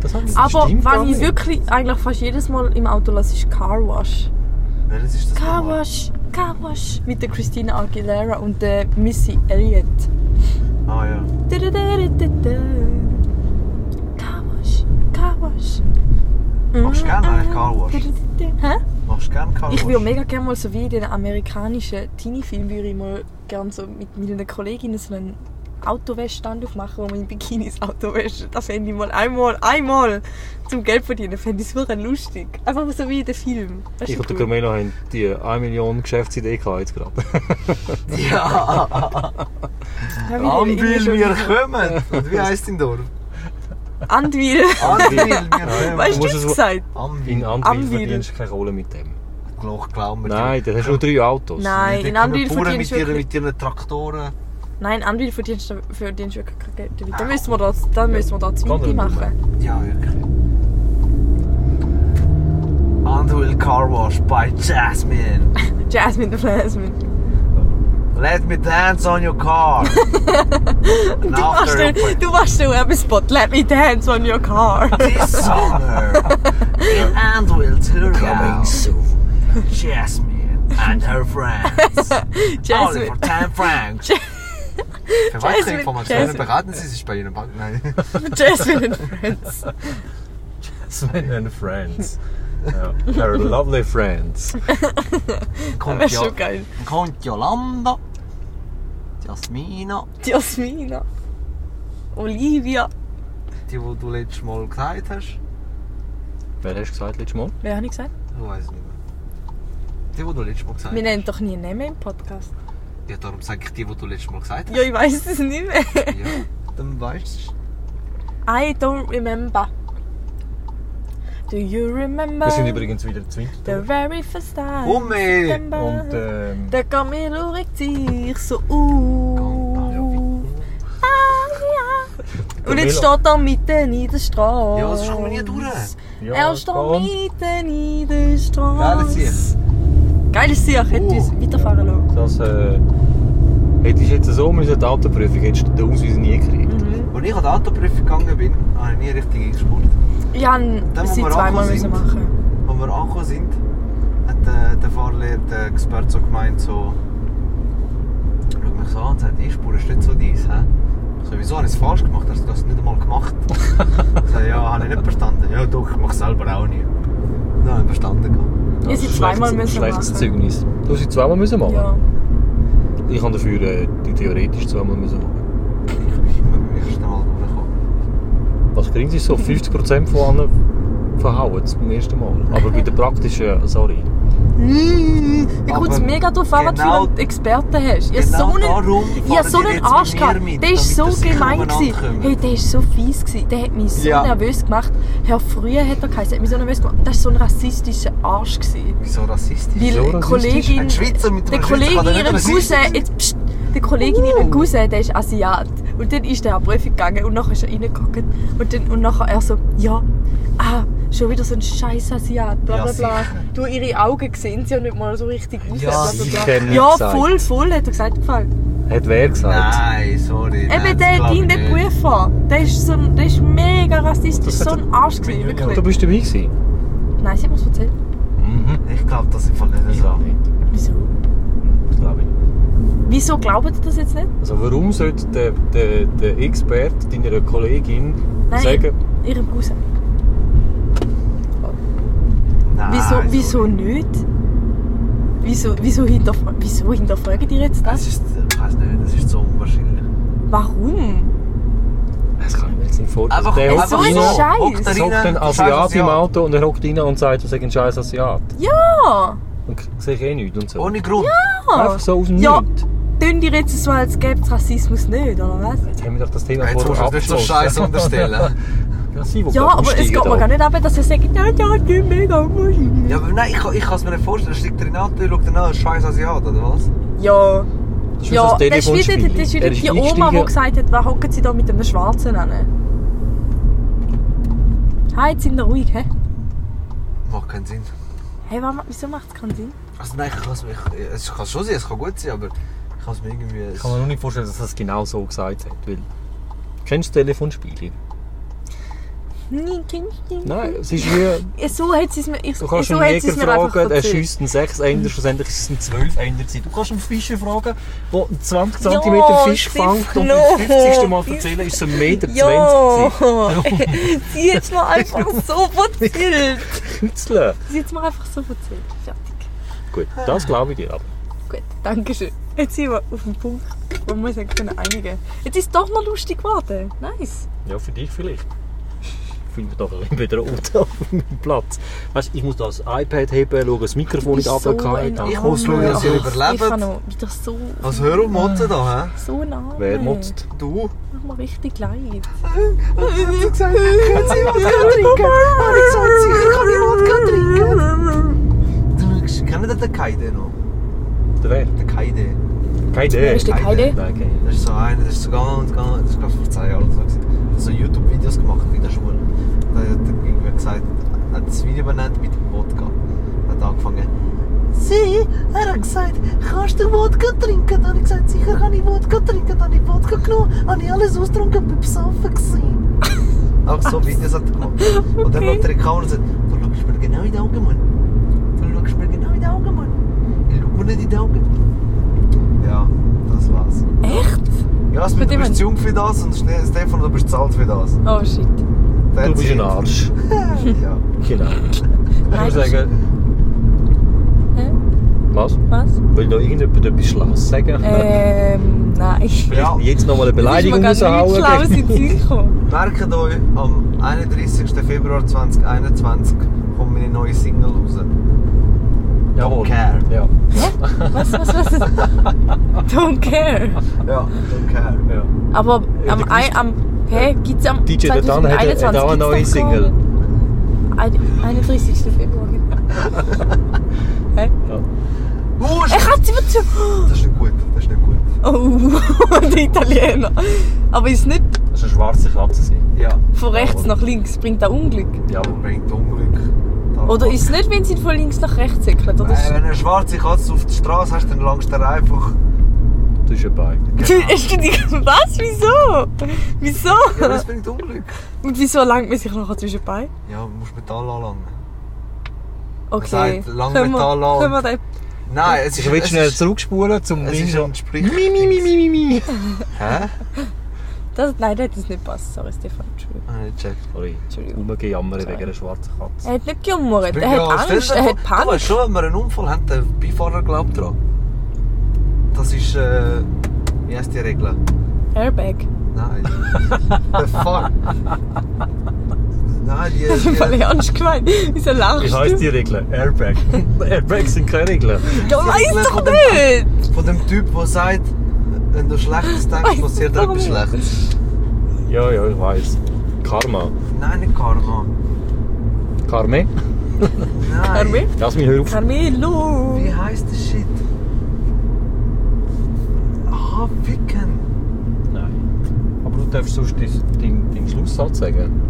Das hat- das
Aber
stimmt gar
wenn ich
nicht.
wirklich eigentlich fast jedes Mal im Auto lasse, ist Carwash.
welches ist das? nochmal?
Carwash, Carwash. Mit der Christina Aguilera und der Missy Elliott.
Ah ja.
Carwash, Carwash.
Machst du gerne eigentlich Carwash?
Mhm. Hä?
Machst du gerne Carwash?
Ich würde mega gerne mal so wie in den amerikanischen Teenie-Film würde ich mal gerne so mit meinen Kolleginnen so einen Autowäschstand aufmachen, wo man in Bikinis Auto wäscht. Das fände ich mal einmal, einmal zum Geld verdienen. Fände ich super lustig. Einfach so wie in den Film. Weißt
Ich und
du,
der
cool.
Carmelo haben die eh, 1 Million Geschäftsidee gehabt jetzt gerade.
Ja!
Ja, wieder irgendwie
Anwil, wir
schon wieder.
kommen! Und wie heisst dein Dorf?
Anwil.
Anwil, wir kommen!
Weißt du,
musst
was
es-
gesagt?
In
Anwil.
Anwil
Amwil.
verdienst du keine Kohle mit dem.
Gloch, glaub mir.
Nein, dann hast du nur drei Autos.
Nein, in Anwil
mit
verdienst du
ihren,
wirklich...
mit ihren Traktoren.
Nein, Anwil verdienst du verdienst du wirklich kein Geld damit. Dann müssen wir da, dann müssen wir da
Kann er
Zweite
nicht
machen.
Ja, wirklich. Anwil Car Wash by Jasmine.
Jasmine the Plasmin.
Let me dance on your car. And
Du machst,
after you
den, du machst den Werbespot. Let me dance on your car.
this summer in Anvil, Thurgau. Jasmine and her friends. Only
Jasmine.
for 10 francs. Für weitere
Jasmine,
Informationen
Jasmine.
beraten Sie sich bei Ihrer Bank. Nein.
Jasmine and Friends.
Sven and Friends. Ja. They're lovely friends.
Das ist schon geil.
Kommt Jolanda. Jasmina.
Jasmina. Olivia.
Die, die du letztes Mal gesagt hast.
Wer hast du gesagt letztes Mal?
Wer habe ich gesagt?
Ich weiß es nicht mehr. Die, die du letztes Mal gesagt
Wir
hast.
nennen doch nie Namen im Podcast.
Ja, darum sage ich die, die du letztes Mal gesagt hast.
Ja, ich weiß es nicht mehr.
Ja. Dann weißt du.
I don't remember. Do you remember?
Wir sind übrigens wieder zu Winter.
The very first time.
Umme!
September.
Und ähm,
Der Camilo regt sich so auf. Ah, ja. Und jetzt
Camilo.
steht er mitten in der Straße.
Ja, sonst kommen wir nie durch.
ehm, ja,
er steht
komm.
mitten in der
Geiles
Straße.
Sieg.
Geiles Sieg. Hätte
Uh.
uns weiterfahren lassen.
Das äh, hätte ich jetzt so müssen, die Autoprüfung, hättest du den Ausweis nie gekriegt.
Mhm.
Als ich an die Autoprüfung gegangen bin, habe ich nie richtig eingespurt.
Ich habe
wo
sie
wir
zweimal
angekommen
müssen
sind.
machen.
Als wir angekommen sind, hat äh, der Fahrlehrer, der Experte, so gemeint, so... Schau mich so an und sagt, Einspur ist nicht so deins, hä? Ich so, wieso habe ich es falsch gemacht? Hast du das nicht einmal gemacht? ich so, ja, habe ich nicht verstanden. Ja doch, ich mache es selber auch nie. Dann habe ich verstanden. gehabt.
Ja, sie zweimal
Schlechtes-
müssen
Schlechtes
machen.
Zeugnis. Du hast sie zweimal müssen machen?
Ja.
Ich habe dafür äh, die theoretisch zweimal müssen machen.
Ich bin immer beim ersten Mal durchgekommen.
Was kriegen sie so?
Mhm.
50% von allen verhauen beim ersten Mal. Aber bei der praktischen, äh, sorry.
Mm, Ich
Aber
komme mega darauf an, was
genau-
für einen Experten hast. Ich
genau
so einen,
darum
ich
fahren
hab so
die
einen
jetzt mit
Arsch
mir
gehabt.
mit,
Der
damit
ist so
ihr sicher
gemein
umeinander
gewesen.
kommt.
Hey, der ist so fies gewesen. Der hat mich so
Ja.
nervös gemacht. Herr früher hat er geheißen, hat mich so nervös gemacht. Das ist so ein rassistischer Arsch gewesen.
Wieso rassistisch?
Weil
Wieso
eine
rassistisch?
Kollegin,
Ein Schweizer mit
der
einem Schweizer
Kollege
kann doch nicht
ihren
rassistisch
Cousin,
sein. Uh.
jetzt, pst, der Kollege ihren Cousin, der ist Asiat. Und dann ist er an die Prüfung gegangen und nachher ist er reingegangen. Und dann und nachher er so, ja, ah, schon wieder so ein scheiß Asiat, bla
Ja,
bla bla.
sicher.
Du, ihre Augen sehen sie ja nicht mal so richtig aus.
Ja,
bla, bla, bla.
sicher nicht
ja
gesagt.
voll, voll, hat er gesagt. im Fall.
Hat wer gesagt?
Nein, sorry.
Eben Äh, der Ding, der Prüfer, der ist, so, ein- der ist mega rassistisch,
Das hat
so ein Arsch gewesen,
Millionen.
Du
wirklich.
bist dabei gewesen?
Nein, sie hat mir das erzählt.
Mhm.
Ich glaube, das ist im Fall nicht
Ich
so.
glaube nicht.
Wieso?
Das glaube ich. nicht.
Wieso glaubt ihr das jetzt nicht?
Also warum sollte der, der, der Experte deiner Kollegin
Nein.
sagen,
Ihrem Cousin.
Ah,
Nein,
Wieso,
sorry.
wieso nicht? Wieso, wieso, hinterfra wieso hinterfragt ihr jetzt
Das
Also-
das?
ist, ich weiß nicht, das ist so unwahrscheinlich.
Warum?
das kann ich mir jetzt nicht vorstellen.
Einfach-
der
einfach
hockt
so ein
rein,
so.
Scheiß.
Hockt da
hockt
rein,
ein
du
Asiat
sagst
im
ja.
Auto und er hockt rein und sagt, du sagst ein scheiß Asiat.
Ja!
Und k- sehe ich eh nichts und so.
Ohne Grund.
Einfach so aus dem
Oh Ja.
Nichts.
Tönt ihr jetzt so, als gäbe es Rassismus nicht, oder was?
Jetzt haben wir doch das Thema
Jetzt musst du uns nicht so dus Scheiß unterstellen.
Das sind, die
Ja,
gerade
aber es
aussteigen
geht mir
da.
gar nicht ab, dass ihr sagt, ja, ja, ich bin mega unwahrscheinlich.
ja, aber nein, ich, ich kann es mir nicht vorstellen. Steigt er in den Auto und schaut dann an, scheiß Asiat, oder was?
Ja,
Das ist
ja,
das
das ist wieder,
Telefonspiel.
das ist
Er
wieder
ist
die Oma, die
eingestiegen.
gesagt hat, was hocken sie da mit einem Schwarzen an? Hey, jetzt sind ihr ruhig, hä?
Macht keinen Sinn.
Hey, warum- wieso macht es keinen Sinn?
Also nein, ich kann es mir. ich- Es kann schon sein, es kann gut sein, aber ich kann es mir irgendwie.
Ich kann mir noch nicht vorstellen, dass er das genau so gesagt hat. Weil, kennst du das Telefonspiel?
Nein, kennst du nicht.
Nein, es ist wie...
So hat sie es mir, ich,
Du kannst
so
einen
hat
Jäger
sie es mir einfach
fragen, er
erzählt.
schießt einen 6 Ender, schlussendlich ist es ein 12 Ender. gewesen. Du kannst einen Fischer fragen, der einen 20
Ja,
cm Fisch
Stift,
fängt und
no.
beim 50. Mal erzählen, ist es 1,20 Meter.
Ja,
gewesen.
sie hat mir einfach so erzählt.
Kützle.
Sie hat mir einfach so erzählt. Fertig.
Gut, das glaube ich dir aber.
Gut, danke schön. Jetzt sind wir auf dem Punkt, wo wir uns haben können einigen Jetzt ist es doch noch lustig geworden. Nice.
Ja, für dich vielleicht. Ich fühle mich doch ein bisschen bedroht auf meinem Platz. Weißt, du, ich muss das iPad heben, schaue das Mikrofon nicht runtergehen.
ein
dann-
Ich muss schauen, dass ihr
Arme.
überlebt.
Ich kann noch wieder so,
Also hör auf, Motzen da, hä?
so nah.
Ah. Wer motzt?
Du?
Mach mal richtig leid.
Ich hab gesagt, können Sie Wodka trinken? Ah, ich sag's dir, ich kann nicht Wodka trinken. Du schaust, kennt ihr den Kaide noch?
Der wer?
Den Kaide.
Keine Idee.
Wer ist der
Heide.
Heide?
Nein, keine Idee.
Das ist so einer, das ist so ganz, ganz, das ist glaube ich vor zwei Jahren oder so gewesen. Der hat so YouTube-Videos gemacht in der Schule. Da hat er irgendwie gesagt, er hat das Video benannt mit Wodka. Er hat angefangen, sie, er hat gesagt, kannst du Wodka trinken? Dann habe ich gesagt, sicher kann ich Wodka trinken. Dann habe ich Wodka genommen, habe ich alles ausgetrunken, bin besoffen gewesen. Auch so Videos hat er gemacht. Und dann
Okay.
schaut er in die Kamera und sagt, du schaust mir genau in die Augen, Mann. Du schaust mir genau in die Augen, Mann. Ich schau mir nicht in die Augen. Ja, das war's.
Echt?
Ja, Smith,
Mit
du
dem-
bist zu jung für das und Schnee- Stefan, du bist zu alt für das.
Oh shit.
Du bist ein Arsch.
Ja.
Genau. Ich
Nein,
würde sagen,
Hä?
was?
Was?
Will noch irgendjemand etwas Schlaues sagen?
Ähm, nein.
Vielleicht
Ja.
jetzt noch mal eine Beleidigung
Das ist mir gerade
raushauen.
nicht schlau in den Sinn gekommen.
Merkt euch, am 31. Februar 2021 kommt meine neue Single raus.
Jawohl.
care.
Ja.
Was, was, was? Don't care.
Ja, don't care.
ja.
Aber am,
du
ein, am, hä, gibt's am
DJ Detan hat, hat
2021
auch eine neue
gibt's doch
nou Single.
gar nicht. am ein- 31. Februar. genau. Hä?
Ja.
Uh,
Ich
das
hatte sie wieder zu.
ist nicht gut, das ist nicht gut.
Oh, der Italiener. Aber ist nicht
Das ist eine schwarze Katze. gewesen.
Ja.
von rechts nach links, bringt auch Unglück.
Jawohl.
Bringt Unglück. Darum-
Oder ist es nicht, wenn sie von links nach rechts säckelt? Oder
Nein,
ist
wenn Äh, eine schwarze Katze auf der Straße hast, dann langst du dir einfach.
Das ist ein Bein.
Hast du dich. Was? Wieso?
Ja, aber das
Wieso?
bringt Unglück.
Und wieso langt man sich nachher zwischen die Beine?
Ja, du musst Metall anlangen.
Okay.
sagt, lang
Können wir-
Metall an.
können wir den-
Nein, es ist.
Ich will
es
schnell
ist-
zurückspulen zum
Es ist ein
Sprichwort.
Sprichwort.
Mi, mi, mi, mi, mi, mi.
Hä?
Das, nein, der hat uns nicht passt. Sorry, Stefan. Entschuldigung.
Ah, nicht gecheckt.
Sorry,
Entschuldigung.
rumgejammert wegen
Sorry.
einer schwarzen Katze.
Er hat nicht gejummert. Er hat
stell dir
Angst.
vor,
Er hat
Du
Panik.
weißt schon, wenn wir einen Unfall haben, der Beifahrer glaubt dran. Das ist. Äh, wie heißt die Regel?
Airbag.
Nein. The fuck? Nein, die.
Das ist voll
die
ernst gemeint. Wieso lachst
Wie
du?
heisst die Regel? Airbag. Airbags sind keine Regeln.
Ja,
Regel
weiss doch
von dem-
nicht!
von dem Typ, der sagt, wenn du Schlechtes denkst,
Weiss
passiert dir
doch
etwas
nicht.
Schlechtes.
Ja, ja, ich weiß. Karma.
Nein, nicht Karma.
Karme?
Nein.
Carmel?
Lass mich hören.
Carmelo!
Wie heißt das Shit? Ah, Ficken.
Nein. Aber du darfst sonst deinen dein, dein Schlusssatz sagen.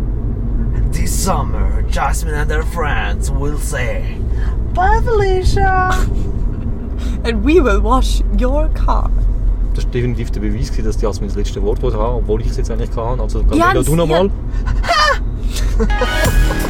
This summer, Jasmine and her friends will say, Bye Felicia!
And we will wash your car.
Das war definitiv der Beweis, gewesen, dass die Jasmin das letzte Wort haben, obwohl ich es jetzt eigentlich kann. Also, Gabriela,
Jans,
du nochmal.
ja.